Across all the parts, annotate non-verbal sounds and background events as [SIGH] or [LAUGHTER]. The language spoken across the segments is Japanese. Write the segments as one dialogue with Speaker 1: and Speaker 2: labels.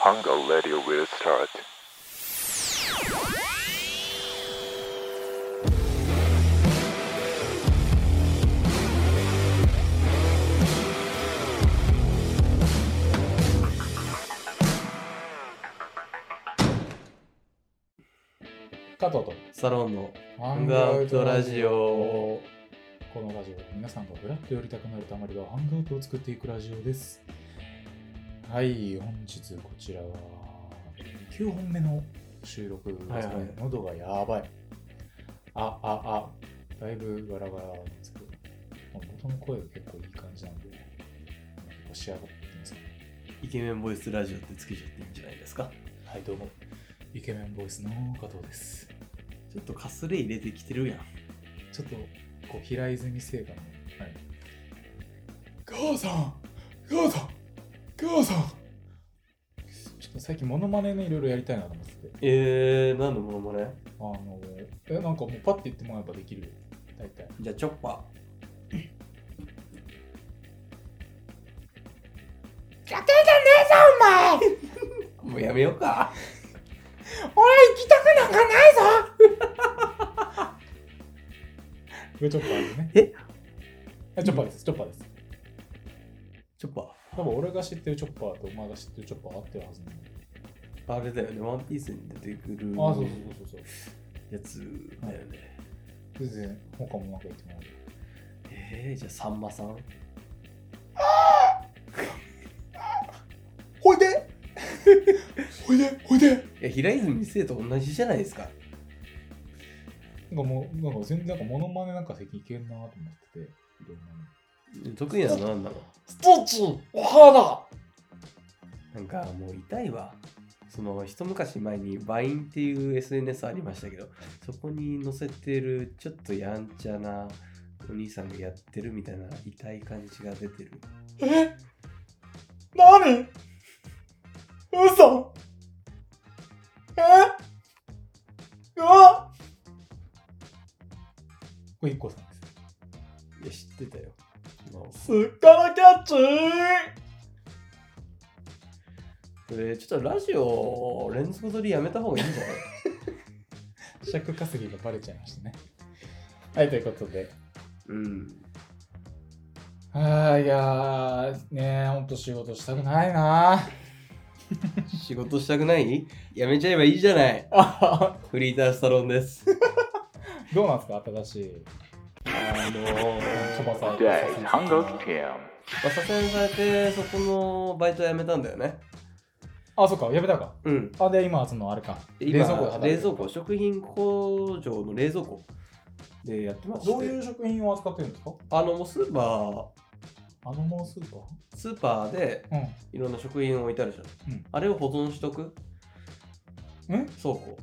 Speaker 1: Hango Radio will start.
Speaker 2: 加藤と
Speaker 3: サロンの
Speaker 2: ハ
Speaker 3: ングアウトラジオ
Speaker 2: このラジオは皆さんがふらっと寄りたくなるたまりはハングアウトを作っていくラジオですはい本日こちらは9本目の収録ですね、
Speaker 3: はいはい
Speaker 2: 喉がやばいあああだいぶガラガラなんですけどまあ元の声が結構いい感じなんで押し上がってますね
Speaker 3: イケメンボイスラジオってつけちゃっていいんじゃないですか
Speaker 2: はいどうもイケメンボイスの加藤です
Speaker 3: ちょっとかすれ入れてきてるやん
Speaker 2: ちょっと、こう、平泉聖がね、はい。母さん母さん母さんちょっと最近モノマネね、いろいろやりたいなと思ってて。
Speaker 3: えー、何のものもね
Speaker 2: あの、え、なんかもうパッて言ってもらえばできるよ。大体。
Speaker 3: じゃあチョッパ
Speaker 2: やってんじゃねえぞ、お前俺
Speaker 3: ー [LAUGHS] もうやめようか
Speaker 2: 行きたくなんかないぞこれチョッパーですね。
Speaker 3: え
Speaker 2: あチョッパーです、チョッパーです。
Speaker 3: チョッパ
Speaker 2: 多分俺が知ってるチョッパーとお前が知ってるチョッパー合ってるはずなんだよ
Speaker 3: ーあれだよねワンピースに出てくる
Speaker 2: あ、そうそうそうそうそう。
Speaker 3: やつだよね、
Speaker 2: 全然他もなんか言ってもらえる。
Speaker 3: えー、じゃあさんまさん
Speaker 2: ほいで [LAUGHS] ほいでほいでなんか
Speaker 3: いや平泉聖と同じじゃないですか
Speaker 2: もうなんか全然なんかモノマネなんか最近いけるなと思ってていろんなの
Speaker 3: 得意なの何なの
Speaker 2: ストッチお肌
Speaker 3: なんかもう痛いわその一昔前に VINE っていう SNS ありましたけどそこに載せてるちょっとやんちゃなお兄さんがやってるみたいな痛い感じが出てる
Speaker 2: えなに嘘えあこれ一個さんです
Speaker 3: いや知ってたよ、まあ
Speaker 2: すっからキャッチ
Speaker 3: これちょっとラジオ連続撮りやめた方がいいんじゃない
Speaker 2: 尺稼ぎがバレちゃいましたねはいということで
Speaker 3: うん
Speaker 2: あーいやーねえほんと仕事したくないな
Speaker 3: 仕事したくないやめちゃえばいいじゃない
Speaker 2: あ
Speaker 3: フリータースタロンです
Speaker 2: [LAUGHS]
Speaker 3: [LAUGHS]
Speaker 2: どうなんですか新しい
Speaker 3: あのー、
Speaker 2: そばさん
Speaker 1: Today's Hango Team.
Speaker 3: まあ左遷されてそこのバイト辞めたんだよね
Speaker 2: あそっかやめたか
Speaker 3: うん
Speaker 2: あで今そのあれか
Speaker 3: 今冷蔵
Speaker 2: で
Speaker 3: 庫
Speaker 2: 働いてる
Speaker 3: 食品工場の冷蔵庫でやってまして
Speaker 2: どういう食品を扱ってるんですか
Speaker 3: あのもうスーパ
Speaker 2: あのもうスーパ
Speaker 3: ースーパーで
Speaker 2: ーうん
Speaker 3: いろんな食品を置いてあるじゃん、
Speaker 2: うん
Speaker 3: あれを保存しとく
Speaker 2: ん
Speaker 3: 倉庫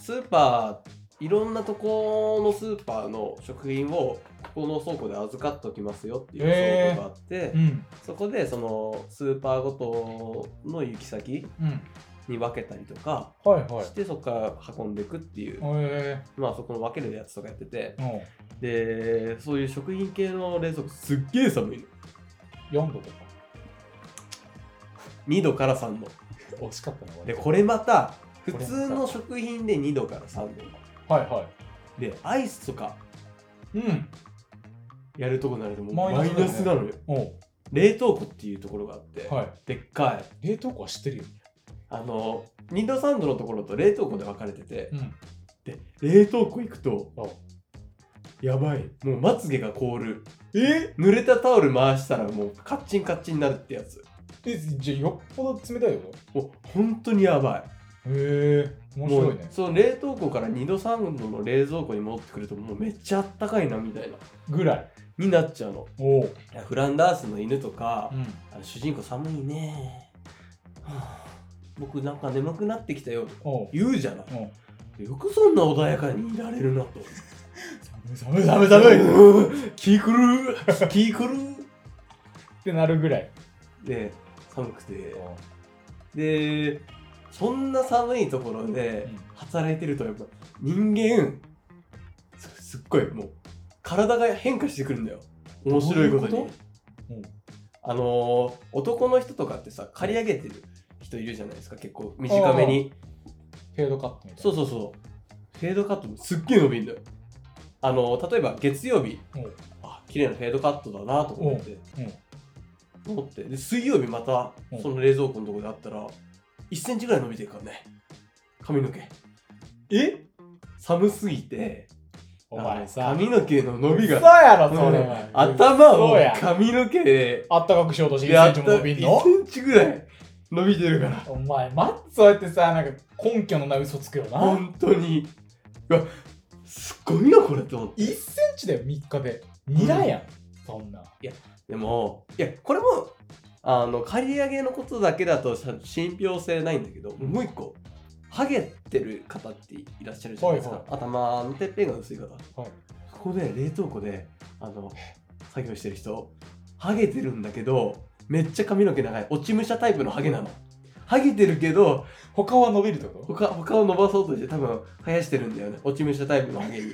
Speaker 3: スーパーいろんなとこのスーパーの食品をここの倉庫で預かっておきますよっていう
Speaker 2: へー
Speaker 3: 倉庫があって、
Speaker 2: うん
Speaker 3: そこでそのスーパーごとの行き先
Speaker 2: うん
Speaker 3: に分けたりとか
Speaker 2: はいはい
Speaker 3: して、そこから運んでいくっていう、
Speaker 2: え
Speaker 3: まあそこの分けるやつとかやってて、
Speaker 2: ー、うん
Speaker 3: でそういう食品系の冷蔵庫すっげえ寒いの
Speaker 2: 4度とか
Speaker 3: 2度から3度
Speaker 2: 惜しかったな
Speaker 3: で
Speaker 2: 割と
Speaker 3: これまた普通の食品で2度から3度
Speaker 2: はいは
Speaker 3: でアイスとか
Speaker 2: いうん
Speaker 3: やるとこになるともう
Speaker 2: マ
Speaker 3: マ
Speaker 2: イナスだよ
Speaker 3: イ
Speaker 2: ね
Speaker 3: ナスなの
Speaker 2: お
Speaker 3: よ
Speaker 2: う
Speaker 3: 冷凍庫っていうところがあって、
Speaker 2: は
Speaker 3: でっかい
Speaker 2: い冷凍庫は知ってるよ
Speaker 3: あの2度3度のところと冷凍庫で分かれてて
Speaker 2: うん
Speaker 3: で冷凍庫行くと
Speaker 2: あ
Speaker 3: やばいもうまつげが凍る
Speaker 2: え
Speaker 3: 濡れたタオル回したらもうカッチンカッチンになるってやつ
Speaker 2: えじゃあよっぽど冷たいよ
Speaker 3: もう本当にやばい
Speaker 2: へえ面
Speaker 3: も
Speaker 2: 白いうね
Speaker 3: その冷凍庫から2度3度の冷蔵庫に戻ってくるともうめっちゃあったかいなみたいな
Speaker 2: ぐらい
Speaker 3: になっちゃうの
Speaker 2: おう
Speaker 3: いやフランダースの犬とか、
Speaker 2: うん
Speaker 3: あの主人公寒いね、はあ僕なんか眠くなってきたよとか
Speaker 2: おう
Speaker 3: 言うじゃない
Speaker 2: おう
Speaker 3: よくそんな穏やかにいられるなと
Speaker 2: 寒い寒い寒い寒いっ
Speaker 3: うん気狂う気狂う
Speaker 2: てなるぐらい
Speaker 3: で寒くてでそんな寒いところで
Speaker 2: うん
Speaker 3: 働いてるとやっぱ人間すすっごいもう体が変化してくるんだよ面白いことに
Speaker 2: どういうことうん
Speaker 3: あのー男の人とかってさ刈り上げてる人いるじゃないですか結構短めに
Speaker 2: フェードカットみたいな。
Speaker 3: そうそうそうフェードカットもすっげえ伸びんだよあの例えば月曜日
Speaker 2: おう
Speaker 3: あ綺麗なフェードカットだなと思って
Speaker 2: うんうん
Speaker 3: 思ってで水曜日また
Speaker 2: うん
Speaker 3: その冷蔵庫のとこであったら1センチぐらい伸びてるからね髪の毛え寒すぎて
Speaker 2: お前さ、
Speaker 3: あの髪の毛の伸びが
Speaker 2: 嘘やろ、それ
Speaker 3: うん
Speaker 2: は。
Speaker 3: 頭を
Speaker 2: そうや
Speaker 3: 髪の毛で
Speaker 2: あったかくしようとして
Speaker 3: で
Speaker 2: 1
Speaker 3: あっ
Speaker 2: セ
Speaker 3: た
Speaker 2: ンチも伸びんの
Speaker 3: 1センチぐらい伸びてるから
Speaker 2: お前、まずそうやってさ、なんか根拠のない嘘つくよな。
Speaker 3: 本当にうわすごいなこれって思って
Speaker 2: 1センチだよ、3日で。ニラやん、そんな。
Speaker 3: でもいやこれもあの刈り上げのことだけだとさ信憑性ないんだけどもう一個ハゲてる方っていらっしゃるじゃないですか、
Speaker 2: はい
Speaker 3: 頭のてっぺんが薄い方
Speaker 2: はい。
Speaker 3: そこで冷凍庫であの作業してる人ハゲてるんだけどめっちゃ髪の毛長い落ち武者タイプのハゲなのハゲてるけど
Speaker 2: 他は伸びるってこと
Speaker 3: 他他を伸ばそうとして多分生やしてるんだよね落ち武者タイプのハゲに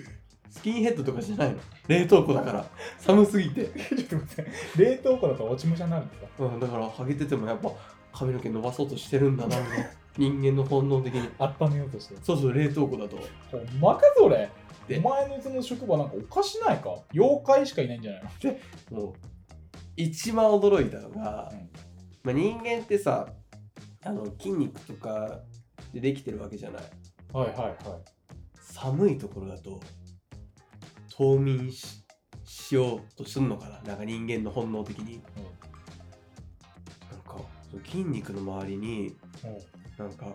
Speaker 3: スキンヘッドとかじゃないの冷凍庫だから寒すぎて、
Speaker 2: [LAUGHS] ちょっと待って冷凍庫だと落ち武者になるんですか
Speaker 3: うん、だからハゲててもやっぱ髪の毛伸ばそうとしてるんだなみたい
Speaker 2: [LAUGHS]
Speaker 3: な人間の本能的に
Speaker 2: 温めようとしてる。
Speaker 3: そうそう冷凍庫だと
Speaker 2: ほんまかそれ
Speaker 3: で
Speaker 2: お前のその職場なんかおかしないか妖怪しかいないんじゃないの
Speaker 3: もう一番驚いたのが、
Speaker 2: うん
Speaker 3: まあ、人間ってさあの筋肉とかでできてるわけじゃない
Speaker 2: はいはいはい。
Speaker 3: 寒いところだと冬眠ししようとするのかななんか人間の本能的
Speaker 2: う
Speaker 3: に、
Speaker 2: ん
Speaker 3: なんかその筋肉の周り
Speaker 2: う
Speaker 3: に
Speaker 2: ん
Speaker 3: なんか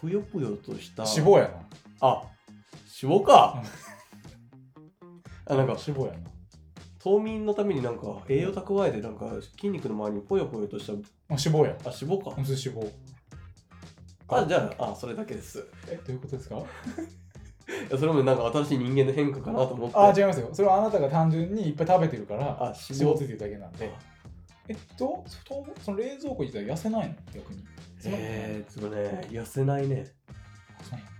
Speaker 3: ぷよぷよとした
Speaker 2: 脂肪やな。
Speaker 3: あ脂肪か、あなんか
Speaker 2: 脂肪やな。
Speaker 3: 冬眠のためになんか栄養蓄えてなんか筋肉の周りにぽよぽよとした
Speaker 2: あ脂肪や。
Speaker 3: あ脂肪か
Speaker 2: 本当脂肪。
Speaker 3: あじゃああそれだけです
Speaker 2: え、どういうことですか
Speaker 3: いやそれもなんか新しい人間の変化かなと思って
Speaker 2: あ、違いますよ。それはあなたが単純にいっぱい食べてるから、
Speaker 3: あ
Speaker 2: 脂肪つい
Speaker 3: で
Speaker 2: てるだけなんで。えっと、そその冷蔵庫自体痩せないの逆に。そんなことない
Speaker 3: えー、でもね痩せないね
Speaker 2: そうなんだ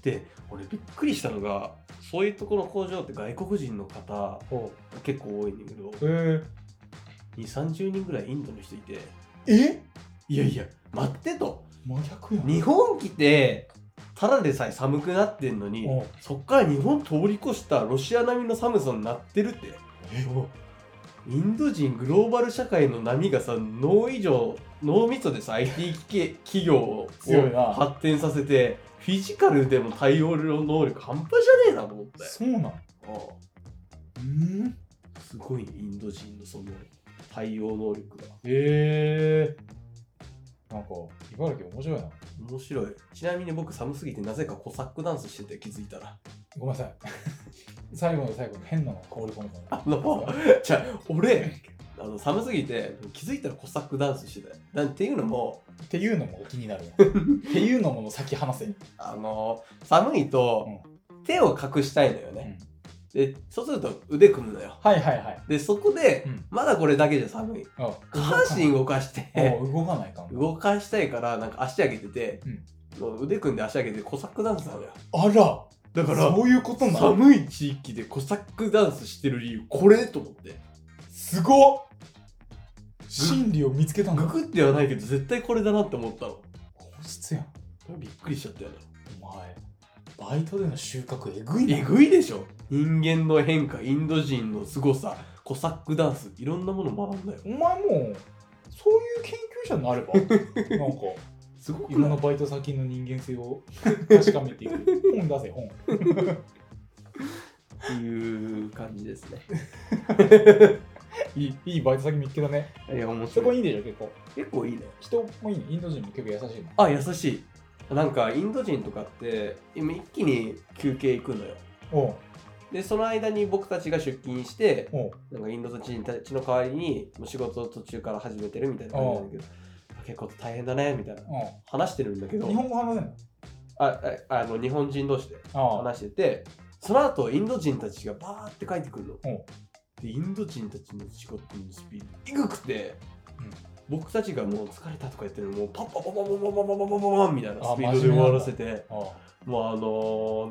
Speaker 3: で俺びっくりしたのがそういうところの工場って外国人の方
Speaker 2: ほ
Speaker 3: 結構多いんだけど
Speaker 2: うえ
Speaker 3: 2 3 0人ぐらいインドの人いて
Speaker 2: ー、え
Speaker 3: いやいや待ってと
Speaker 2: 真逆やん。
Speaker 3: 日本来てただでさえ寒くなってんのに
Speaker 2: おう
Speaker 3: そっから日本通り越したロシア並みの寒さになってるって
Speaker 2: え
Speaker 3: インド人グローバル社会の波がさ脳以上脳みそでさ IT 企企業を
Speaker 2: 強いな
Speaker 3: 発展させてフィジカルでも対応能力半端じゃねえなと思って
Speaker 2: そうなんうん
Speaker 3: ああすごいねインド人のその対応能力が
Speaker 2: えー、なんか、茨城面白いな。
Speaker 3: 面白いちなみに僕寒すぎてなぜかコサックダンスしてて気づいた [LAUGHS] ら
Speaker 2: ごめんなさい。 [LAUGHS] 最後の最後に変なの放り込むの。
Speaker 3: あのじゃあ俺あの寒すぎて気づいたらコサックダンスしてたよなんていうのも
Speaker 2: っていうのも気にな
Speaker 3: [LAUGHS]
Speaker 2: る。っていうのも先話せ。
Speaker 3: あの寒いと手を隠したいのよね、でそうすると腕組むのよ
Speaker 2: はいはいはい。
Speaker 3: でそこで、
Speaker 2: うん
Speaker 3: まだこれだけじゃ寒い
Speaker 2: あ
Speaker 3: 下半身動かし
Speaker 2: お
Speaker 3: て
Speaker 2: 動かないかも。
Speaker 3: 動かしたいからなんか足上げてて、もう腕組んで足上げてコサックダンスなのよ
Speaker 2: あら
Speaker 3: だから
Speaker 2: そういうことなの
Speaker 3: 寒い地域でコサックダンスしてる理由これと思って
Speaker 2: すごっ真理を見つけた
Speaker 3: グ
Speaker 2: の
Speaker 3: グってはないけど絶対これだなって思ったの
Speaker 2: 本質やん。
Speaker 3: びっくりしちゃったよな
Speaker 2: お前、バイトでの収穫えぐい
Speaker 3: え
Speaker 2: ね。
Speaker 3: ぐいでしょ人間の変化インド人の凄さコサックダンスいろんなもの学んだよ
Speaker 2: お前もう、そういう研究者にな
Speaker 3: [LAUGHS]
Speaker 2: れば、なんか、
Speaker 3: すご
Speaker 2: い
Speaker 3: く
Speaker 2: ろん
Speaker 3: な
Speaker 2: ないバイト先の人間性を確かめていく。本出せ、本。
Speaker 3: っていう感じですね
Speaker 2: いいいいバイト先見つけたね。
Speaker 3: いや面
Speaker 2: そこ
Speaker 3: 白い
Speaker 2: いいでしょ、結構。
Speaker 3: 結構いいね
Speaker 2: 人もいいね。インド人も結構優しいの。
Speaker 3: あ優しいなんかインド人とかって今一気に休憩行くのよ
Speaker 2: おう
Speaker 3: でその間に僕たちが出勤して
Speaker 2: おう
Speaker 3: なんかインド人たちの代わりにもう仕事を途中から始めてるみたいな感じなんだけどあ結構大変だねみたいな
Speaker 2: お
Speaker 3: 話してるんだけ
Speaker 2: う
Speaker 3: ど
Speaker 2: 日本語話せんの
Speaker 3: あああの日本人同士で
Speaker 2: ああ。
Speaker 3: 話しててその後インド人たちがバーって帰ってくるの、
Speaker 2: うん
Speaker 3: でインド人たちの仕事のスピードえぐくて、
Speaker 2: うん
Speaker 3: 僕たちがもう疲れたとか言ってるのもうパッパパパパパパパパパパンみたいな
Speaker 2: あ
Speaker 3: スピードで終わらせて
Speaker 2: ああ
Speaker 3: もうあの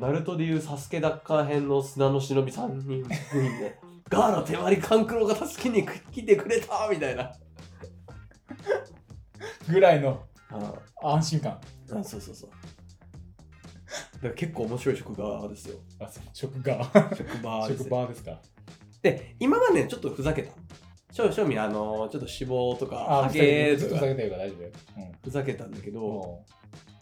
Speaker 3: ー、ナルトでいうサスケ奪還編の砂の忍び3人組でガーラ手割り勘九郎が助けに来てくれたみたいな
Speaker 2: ぐらいの
Speaker 3: あ
Speaker 2: 安心感。
Speaker 3: あそうそうそうだから結構面白い職場ですよ
Speaker 2: あ、そう職場。
Speaker 3: 職場です
Speaker 2: 職場ですか。
Speaker 3: で今までちょっとふざけた正正味あのちょっと脂肪とかハ
Speaker 2: あ、
Speaker 3: ゲ
Speaker 2: ずっ
Speaker 3: と
Speaker 2: と下げ
Speaker 3: か
Speaker 2: てるから大丈夫。うん。
Speaker 3: ふざけたんだけど
Speaker 2: こ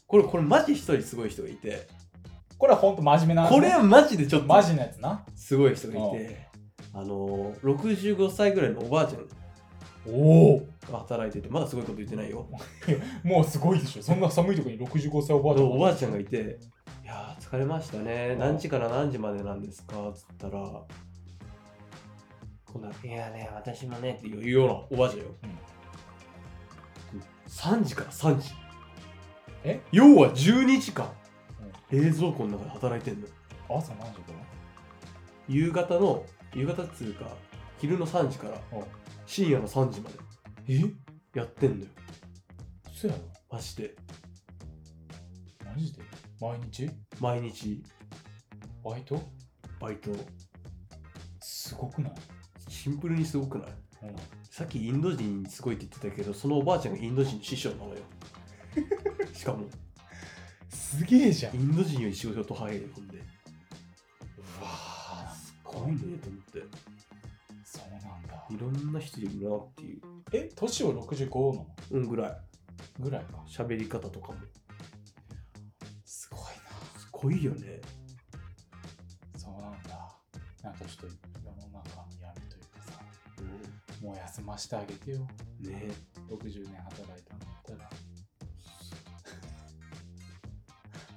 Speaker 3: これこれマジ一人すごい人がいて
Speaker 2: れは本当真面目な。
Speaker 3: これはマジでちょっと
Speaker 2: マジのやつな。
Speaker 3: すごい人がいてあの65歳ぐらいのおばあちゃん
Speaker 2: おお。
Speaker 3: が働いててまだすごいこと言ってないよ
Speaker 2: もうすごいでしょ。そんな寒いところに65歳おばあちゃん。
Speaker 3: おばあちゃんがいて。いやー疲れましたね何時から何時までなんですかっつったらこんないやね私もねっていうようなおばあちゃんよ、3時から3時
Speaker 2: え
Speaker 3: 要は12時間、冷蔵庫の中で働いてんの
Speaker 2: 朝何時か
Speaker 3: 夕方の夕方っつうか昼の3時から
Speaker 2: お
Speaker 3: 深夜の3時まで
Speaker 2: え
Speaker 3: やってんのよ
Speaker 2: そうやろ
Speaker 3: マジで
Speaker 2: マジで毎日
Speaker 3: 毎日
Speaker 2: バイト
Speaker 3: バイト
Speaker 2: すごくない、
Speaker 3: シンプルにすごくないさっきインド人すごいって言ってたけどそのおばあちゃんがインド人の師匠なのよしかも
Speaker 2: すげえじゃん
Speaker 3: インド人より仕事早いよほんで
Speaker 2: うわー
Speaker 3: すごいねと思ってい
Speaker 2: そうなんだ
Speaker 3: ろんな人いるなっていう
Speaker 2: え年を65の
Speaker 3: うんぐらい
Speaker 2: ぐらいか
Speaker 3: 喋り方とかも
Speaker 2: すごい
Speaker 3: すごいよね
Speaker 2: なそうなんだなんかちょっと世の中の闇というかさもう休ませてあげてよ
Speaker 3: ね
Speaker 2: 60年働いたんだった [LAUGHS] ら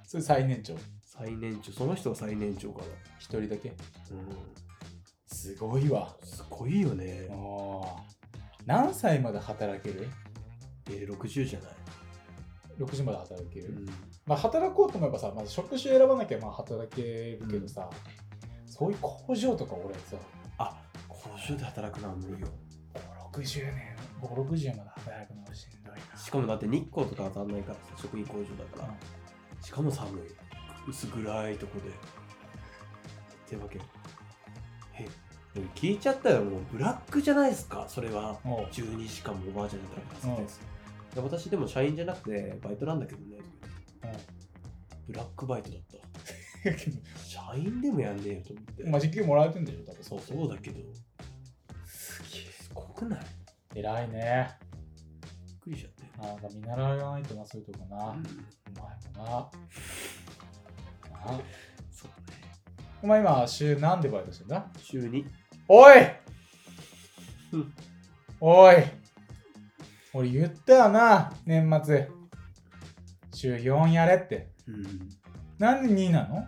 Speaker 2: それ最年長
Speaker 3: 最年長その人が最年長か
Speaker 2: 一人だけ
Speaker 3: なうん
Speaker 2: すごいわ
Speaker 3: すごいよね
Speaker 2: おー何歳まで働ける
Speaker 3: えー、60じゃない、
Speaker 2: 6時まで働ける、
Speaker 3: うん
Speaker 2: まあ働こうと思えばさ、まず職種選ばなきゃまあ働けるけどさ、そういう工場とか俺さ、
Speaker 3: あ工場で働くのは無理よ
Speaker 2: 5、60年、5、60まで働くのはしんどいな。
Speaker 3: しかもだって日光とか当たんないからさ食品工場だから、しかも寒い薄暗いとこでってわけえ俺聞いちゃったよもうブラックじゃないですかそれは
Speaker 2: も
Speaker 3: 12時間もおばあちゃんだったらですいや私でも社員じゃなくてバイトなんだけどね
Speaker 2: う、
Speaker 3: ブラックバイトだった
Speaker 2: う [LAUGHS]
Speaker 3: 社員でもやんねえよと思って、
Speaker 2: ん。まあ、時給もらえてんだよ、多分
Speaker 3: そ
Speaker 2: そうう
Speaker 3: そうだけどすげえすごくない
Speaker 2: 偉いね。
Speaker 3: びっくりしちゃったよ、
Speaker 2: なんか見習わないとな、そういうとこな。
Speaker 3: うん
Speaker 2: お前もな。な
Speaker 3: そうだね
Speaker 2: お前今、週何でバイトしてんだ
Speaker 3: 週に
Speaker 2: おい
Speaker 3: うん
Speaker 2: おい俺言ったよな、年末。週4やれって。
Speaker 3: うん
Speaker 2: なんで2なの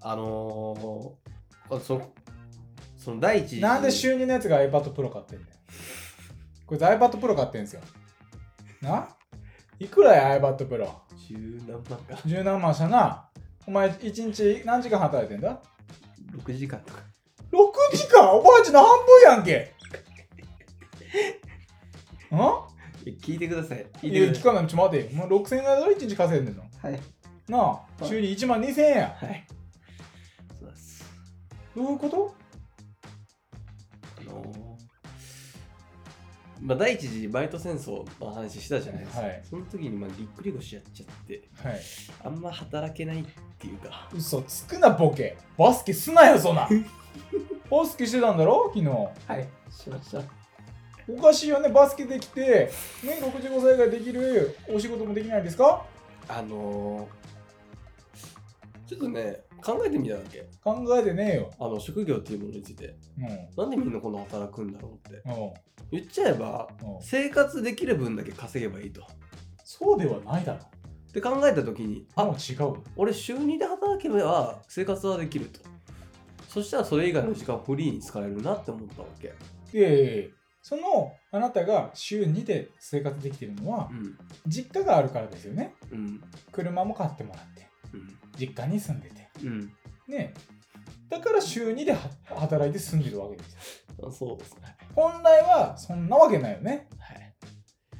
Speaker 3: あのー、あそのその第一次
Speaker 2: なんで週2のやつが iPad Pro 買ってんだよ。こいつ iPad Pro 買ってんすよ。ないくらや iPad Pro。
Speaker 3: 十何万か [LAUGHS]
Speaker 2: 十何万したな。お前1日何時間働いてんだ
Speaker 3: 6時間とか
Speaker 2: ?6 時間おばあちゃんの半分やん
Speaker 3: [LAUGHS]
Speaker 2: けん
Speaker 3: え聞いてください聞い
Speaker 2: い
Speaker 3: て
Speaker 2: や、
Speaker 3: くだ
Speaker 2: 聞
Speaker 3: さ
Speaker 2: かない。ちょ、待てよ。もう6000円だろ ?1 日稼いでんの。
Speaker 3: いはい
Speaker 2: なあ、
Speaker 3: はい
Speaker 2: 週に1万2000円や。
Speaker 3: はいそうなんです
Speaker 2: どういうこと
Speaker 3: あのーまあ、第一次バイト戦争の話したじゃないですか、
Speaker 2: はい
Speaker 3: その時にまあぎっくり腰やっちゃって
Speaker 2: はい。
Speaker 3: あんま働けないっていうか
Speaker 2: 嘘つくな、ボケ。バスケすなよ、そん
Speaker 3: [LAUGHS]
Speaker 2: な。バスケしてたんだろ昨日。
Speaker 3: はいしました
Speaker 2: おかしいよね、バスケできて、ね、65歳ができるお仕事もできないですか
Speaker 3: あのー、ちょっとね考えてみたわけ
Speaker 2: 考えてねえよ。
Speaker 3: あの職業っていうものについて
Speaker 2: うん。
Speaker 3: なんでみんなこんな働くんだろうって
Speaker 2: うん。
Speaker 3: 言っちゃえば
Speaker 2: うん、
Speaker 3: 生活できる分だけ稼げばいいと。
Speaker 2: そうではないだろ。
Speaker 3: って考えた時に
Speaker 2: も
Speaker 3: あ
Speaker 2: う違うよ。
Speaker 3: 俺週2で働けば生活はできると。そしたらそれ以外の時間フリーに使えるなって思ったわけ。
Speaker 2: で、そのあなたが週2で生活できてるのは
Speaker 3: う、ん。
Speaker 2: 実家があるからですよね。
Speaker 3: うん。
Speaker 2: 車も買ってもらって、
Speaker 3: うん。
Speaker 2: 実家に住んでて。
Speaker 3: うん。
Speaker 2: ねだから週2では働いて住んでるわけですよ。
Speaker 3: あそうですね。
Speaker 2: 本来はそんなわけないよね。
Speaker 3: はい。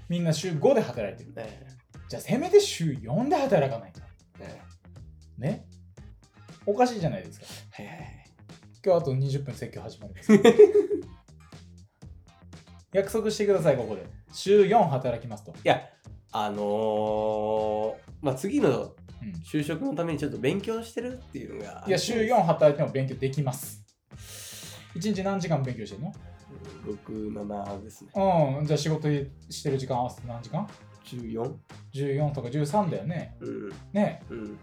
Speaker 2: みんな週5で働いてる。
Speaker 3: ね
Speaker 2: じゃあせめて週4で働かないと。
Speaker 3: え。ね
Speaker 2: ねおかしいじゃないですか。
Speaker 3: え。はいはいはい。
Speaker 2: 今日あと20分説教始まり
Speaker 3: [LAUGHS]
Speaker 2: ます。約束してください、ここで。週4働きますと。
Speaker 3: いや、あのーまあ、次の
Speaker 2: うん
Speaker 3: 就職のためにちょっと勉強してるっていうのが。
Speaker 2: いや、週4働いても勉強できます。1日何時間勉強してるの
Speaker 3: 6、7ですね。
Speaker 2: うん、じゃあ仕事してる時間合わせて何時間
Speaker 3: 14?
Speaker 2: ?14 とか13だよね。
Speaker 3: うん。
Speaker 2: ね
Speaker 3: うん。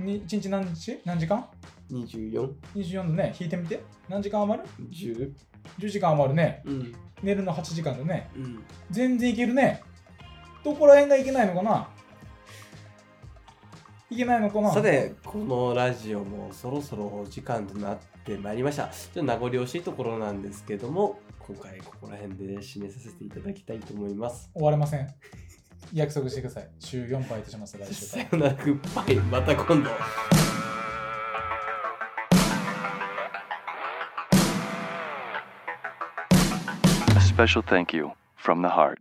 Speaker 2: え、に1日何日何時間
Speaker 3: 24?
Speaker 2: ?24 でね、引いてみて。何時間余る
Speaker 3: 10?
Speaker 2: ?10 時間余るね。
Speaker 3: うん。
Speaker 2: 寝るの8時間でね。
Speaker 3: うん。
Speaker 2: 全然いけるね。どこら辺がいけないのかないけないのかな
Speaker 3: さて、このラジオもそろそろお時間となってまいりました。ちょっと名残惜しいところなんですけども、今回ここら辺で締めさせていただきたいと思います。
Speaker 2: 終われません。約束してください。週4バイトします、来週か
Speaker 3: さ
Speaker 2: ら
Speaker 3: よ。なら、グッバイ。また今度。
Speaker 1: A special thank you from the heart.